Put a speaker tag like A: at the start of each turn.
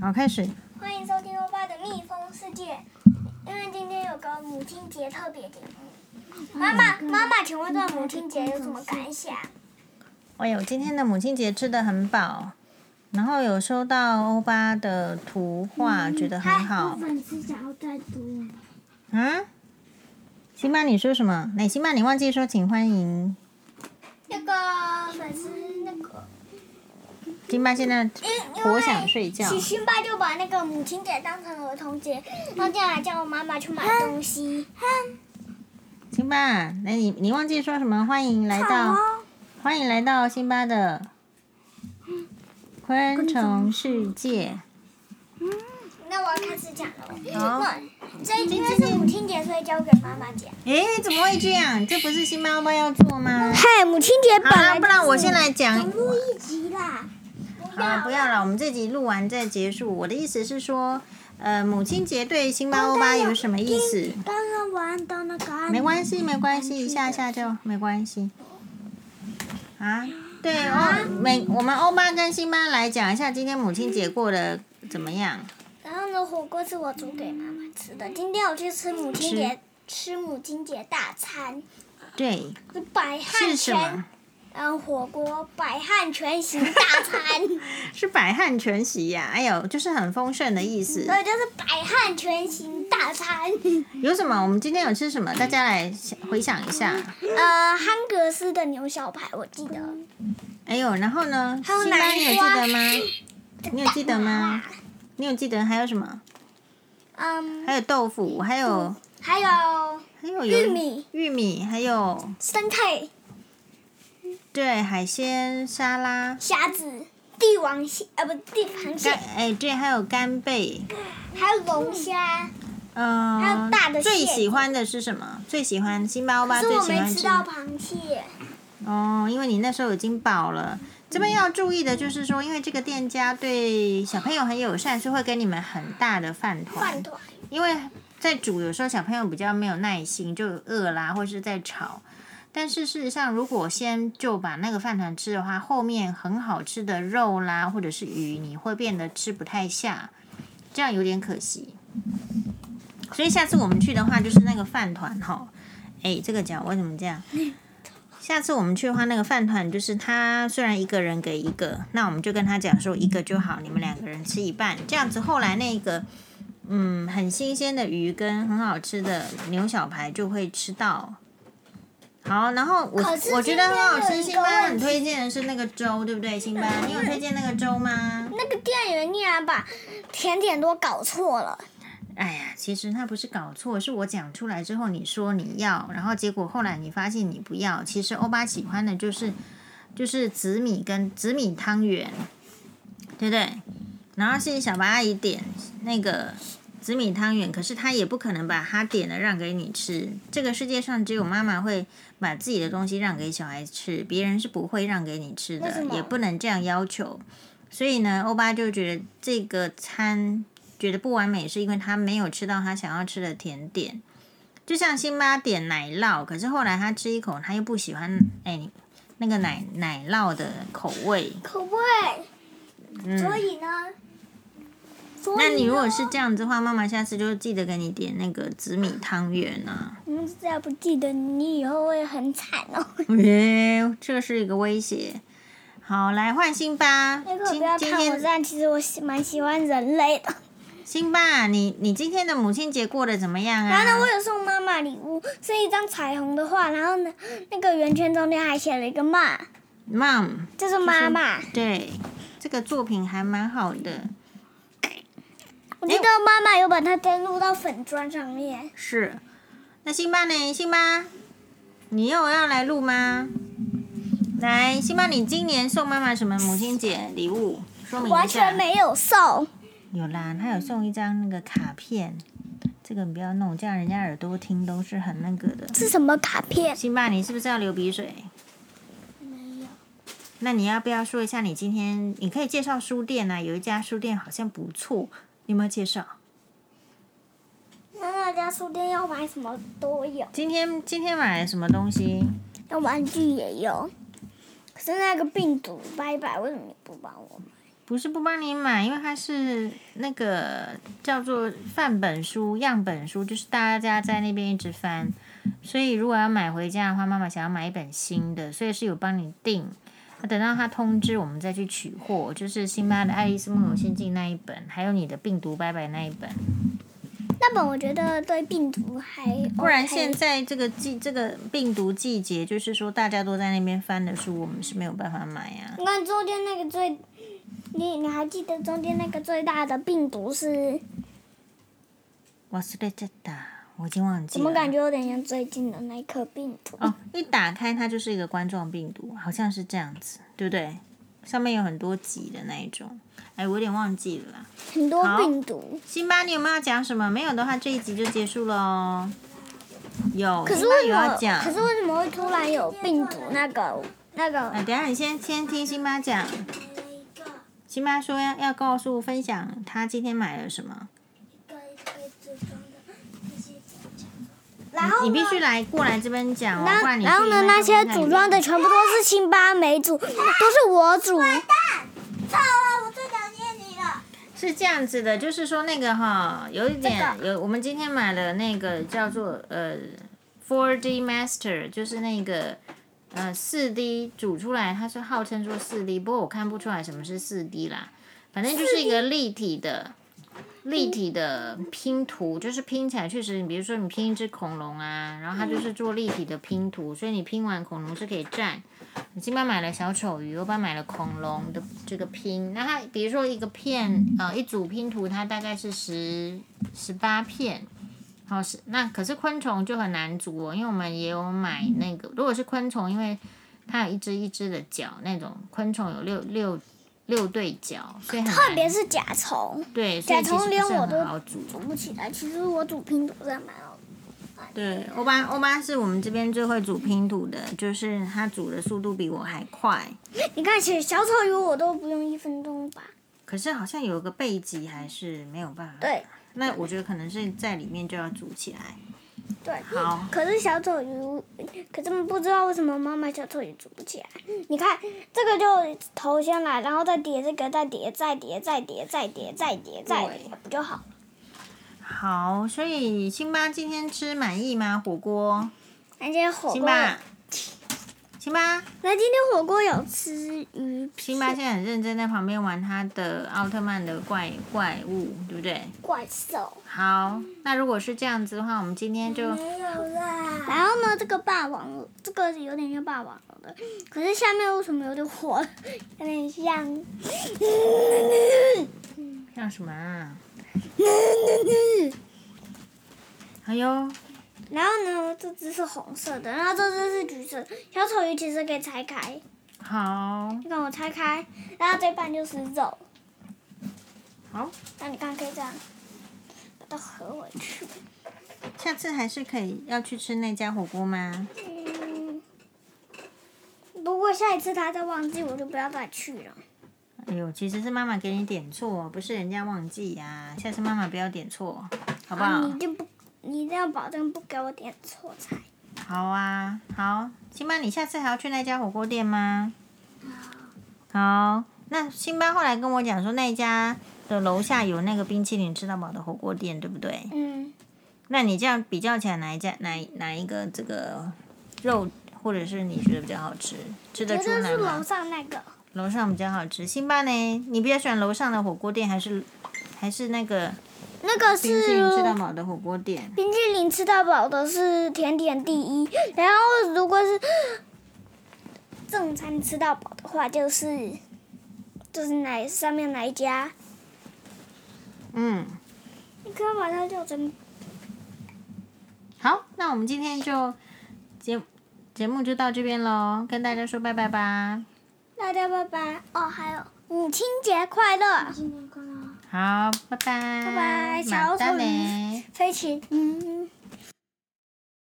A: 好，开始。
B: 欢迎收听欧巴的蜜蜂世界，因为今天有个母亲节特别节目。妈妈，妈妈，请嗯问对母亲节有什么感想？
A: 哎呦，今天的母亲节吃的很饱，然后有收到欧巴的图画，觉得很好。
C: 粉丝想要再读。
A: 嗯？辛巴，你说什么？哪辛巴，你忘记说请欢迎。
B: 那个粉丝那个，
A: 辛巴现在
B: 因因
A: 我想睡
B: 为
A: 觉
B: 喜辛巴就把那个母亲节当成儿童节，然后接下来叫我妈妈去买东西。
A: 辛巴，那你你忘记说什么？欢迎来到，欢迎来到辛巴的昆虫世界。
B: 那我要开始讲了。
A: 好
B: 那这一天是母亲节，所以交给妈妈讲。
A: 诶，怎么会这样？这不是辛巴欧巴要做吗？
B: 嗨，母亲节
A: 好啊啦，不然我先来讲。
C: 录一集啦，
A: 好了，不要了，我们这集录完再结束。我的意思是说，呃，母亲节对辛巴欧巴有什么意思？
C: 刚刚玩到那个。
A: 没关系，没关系，一下下就没关系。啊，对哦，每我们欧巴跟辛巴来讲一下今天母亲节过得怎么样？
B: 然后呢，火锅是我煮给妈妈吃的。今天我去吃母亲节，吃母亲节大餐，
A: 对，
B: 是百汉
A: 是什
B: 全
A: 么，？
B: 嗯，火锅百汉全席大 餐，
A: 是百汉全席呀、哎呦，就是很丰盛的意思
B: 所。以呃就是百汉全席大餐。
A: 有什么？我们今天有吃什么？大家来想回想一下。
B: 呃，汉格斯的牛小排我记得，
A: 哎呦，然后呢？
B: 还有
A: 辛巴，你有记得吗？你有记得吗
B: 大麻辣？
A: 你有记得还有什么？
B: 嗯，
A: 还有豆腐，还有
B: 还有
A: 还有
B: 嗯玉
A: 有
B: 米、
A: 玉米，还有
B: 生态
A: 对海鲜沙拉，
B: 虾子、帝王蟹啊，不，帝螃蟹
A: 干，哎对，还有干贝，
B: 还有龙虾。
A: 嗯、
B: 还有大的蟹
A: 最喜欢的是什么？最喜欢辛巴欧巴
B: 可是
A: 最
B: 我
A: 喜
B: 没
A: 欢
B: 吃到螃蟹。
A: 哦，因为你那时候已经饱了。这边要注意的就是说，因为这个店家对小朋友很友善，是会给你们很大的饭团
B: 饭。团，
A: 因为在煮，有时候小朋友比较没有耐心，就饿啦，或是在吵。但是事实上，如果先就把那个饭团吃的话，后面很好吃的肉啦，或者是鱼，你会变得吃不太下，这样有点可惜。所以下次我们去的话，就是那个饭团哈。哎，这个脚为什么这样？下次我们去的话，那个饭团就是他虽然一个人给一个，那我们就跟他讲说一个就好，你们两个人吃一半，这样子后来那个嗯，很新鲜的鱼跟很好吃的牛小排就会吃到。好，然后我
B: 可是
A: 我觉得很好吃，
B: 今天有一个
A: 辛巴
B: 问
A: 很
B: 题
A: 推荐的是那个粥，对不对？辛巴，你有推荐那个粥吗？
B: 那个店员竟然把甜点都搞错了。
A: 哎呀，其实他不是搞错，是我讲出来之后你说你要，然后结果后来你发现你不要。其实欧巴喜欢的就是就是紫米跟紫米汤圆，对不对？然后是小白阿姨点那个紫米汤圆，可是她也不可能把她点的让给你吃。这个世界上只有妈妈会把自己的东西让给小孩吃，别人是不会让给你吃
B: 为
A: 的
B: 什，么
A: 也不能这样要求。所以呢，欧巴就觉得这个餐觉得不完美，是因为他没有吃到他想要吃的甜点。就像辛巴点奶酪，可是后来他吃一口，他又不喜欢哎那个奶奶酪的口味。嗯
B: 口味，所以呢，所以
A: 那
B: 呢
A: 你如果是这样子的话，妈妈下次就记得给你点那个紫米汤圆啊。
B: 你再嗯不记得，你以后会很惨 哦。
A: 耶，哎这是一个威胁。好，来换辛巴
B: 那。个
A: 今
B: 不要
A: 今
B: 看我这
A: 天啊
B: 样，其实我喜蛮喜欢人类的。
A: 辛巴，你你今天的母亲节过得怎么样
B: 然后呢，
A: 啊
B: 我？有送妈妈礼物，是一张彩虹的画，然后呢，
A: 嗯
B: 那个圆圈中间还写了一个妈，
A: Mom，
B: 这是妈妈。
A: 对，这个作品还蛮好的。
B: 我记得妈妈有把它登录到粉砖上面。
A: 是，那辛巴呢？辛巴，你又要来录吗？来，辛巴，你今年送妈妈什么母亲节礼物？说明一下。
B: 完全没有送，
A: 有啦，他有送一张那个卡片，这个你不要弄，这样人家耳朵听都是很那个的。
B: 是什么卡片？
A: 辛巴，你是不是要流鼻水？
B: 没有。
A: 那你要不要说一下你今天？你可以介绍书店啊，有一家书店好像不错，你有没有介绍？
B: 那那家书店要买什么都有，
A: 今天今天买了什么东西？
B: 要玩具也有。可是那个病毒拜拜，为什么你不帮我买？
A: 不不是不帮你买，因为它是那个叫做范本书、样本书，就是大家在那边一直翻。所以如果要买回家的话，妈妈想要买一本新的，所以是有帮你订。那等到他通知我们再去取货，就是辛巴的《爱丽丝梦游仙境》那一本，还有你的《病毒拜拜》那一本。
B: 哦那本我觉得对病毒还 OK、
A: 不然现在这个季这个病毒季节，就是说大家都在那边翻的书，我们是没有办法买啊呀、
B: 你看中间那个最，你你还记得中间那个最大的病毒是？
A: 啊。忘れちゃった，我已经忘记
B: 怎
A: 了。
B: 么感觉有点像最近的那一颗病毒？
A: 哦，一打开它就是一个冠状病毒，好像是这样子，对不对？上面有很多级的那一种。哎，我有点忘记了啦。
B: 很多
A: 好
B: 病毒。
A: 辛巴，你有没有要讲什么？没有的话，这一集就结束了哦。有，
B: 可是
A: 辛巴
B: 为
A: 有
B: 什么
A: 要？讲。
B: 可是为什么会突然有病毒那个那个？
A: 啊，等一下你先先听辛巴讲。
C: 一个
A: 辛巴说要要告诉分享他今天买了什么，
C: 一个一个组装的这些
B: 然后
A: 你
B: 呢
A: 必须来过来这边讲哦，不
B: 那
A: 然你
B: 然后
A: 去
B: 呢？
A: 麦
B: 那
A: 克
B: 些
A: 风那
B: 组
A: 里
B: 装的全部都是辛巴没组，都是我组。
C: 操了，我最讨厌你了。
A: 是这样子的，就是说那个哈，有一点、
B: 这
A: 有，我们今天买了那个叫做呃 4D Master，就是那个呃 4D 煮出来，它是号称说 4D，不过我看不出来什么是 4D 啦，反正就是一个立体的。立体的拼图就是拼起来，确实，你比如说你拼一只恐龙啊，然后它就是做立体的拼图，所以你拼完恐龙是可以站，你今班买了小丑鱼，我班买了恐龙的这个拼，那它比如说一个片，呃，一组拼图它大概是十十八片，好是那可是昆虫就很难组哦，因为我们也有买那个，如果是昆虫，因为它有一只一只的脚，那种昆虫有六六六对脚，所以很
B: 特
A: 难
B: 别是甲虫，
A: 对，所以
B: 甲
A: 其
B: 虫
A: 实不
B: 连
A: 是
B: 我
A: 很
B: 都
A: 好组。
B: 组不起来。其实我组拼图真的蛮好。
A: 对，欧巴欧巴是我们这边最会组拼图的，就是他组的速度比我还快。
B: 你看，其实小丑鱼我都不用一分钟吧？
A: 可是好像有个背脊还是没有办法。
B: 对
A: 那我觉得可能是在里面就要组起来。
B: 对。
A: 好，
B: 可是小丑鱼，可是不知道为什么妈妈小丑鱼组不起来。你看，这个就头先来，然后再叠这个，再叠，再叠，再叠，再叠，再叠，再叠，不就好了？
A: 好，所以辛巴今天吃满意吗？火锅，
B: 那今天火
A: 辛
B: 锅，
A: 巴，辛巴，
B: 那今天火锅有吃鱼
A: 辛巴现在很认真在旁边玩他的奥特曼的怪怪物，对不对？
B: 怪兽，
A: 好，那如果是这样子的话，我们今天就
C: 没有啦。
B: 然后呢，这个霸王龙，这个有点像霸王龙的，可是下面为什么有点火，有点像，
A: 像什么、啊？哎呦，
B: 然后呢，这只是红色的，然后这只是橘色的。小丑鱼其实可以拆开，
A: 好
B: 你看我拆开，然后这半就是肉，
A: 好，
B: 那你看可以这样把它合回去。
A: 下次还是可以要去吃那家火锅吗？
B: 嗯，如果下一次他再忘记，我就不要再去了。
A: 哎呦，其实是妈妈给你点错，不是人家忘记呀、下次妈妈不要点错，好不
B: 啊，
A: 好
B: 你？就不，你一定要保证不给我点错菜。
A: 好啊，好。辛巴，你下次还要去那家火锅店吗？好。那辛巴后来跟我讲说，那家的楼下有那个冰淇淋吃到饱的火锅店，对不对？
B: 嗯，
A: 那你这样比较起来，哪一家哪哪一个这个肉，或者是你觉得比较好吃，吃得
B: 绝
A: 出
B: 对
A: 来
B: 是楼
A: 吗？
B: 上那个。
A: 楼上比较好吃。辛巴呢？你比较喜欢楼上的火锅店，还是还是那个
B: 那个
A: 冰淇淋吃到
B: 是
A: 饱的火锅店？
B: 冰淇淋吃到饱的是甜点第一，然后如果是正餐吃到饱的话，就是就是哪上面哪一家？
A: 嗯，
B: 你可以把它叫成
A: 好，那我们今天就节节目就到这边喽，跟大家说拜拜吧。
B: 大家拜拜哦，还有母亲节快乐，
C: 新年快乐。
A: 好，拜拜，拜
B: 拜拜小
A: 马
B: 丑鱼
A: 丹呢
B: 飞行。嗯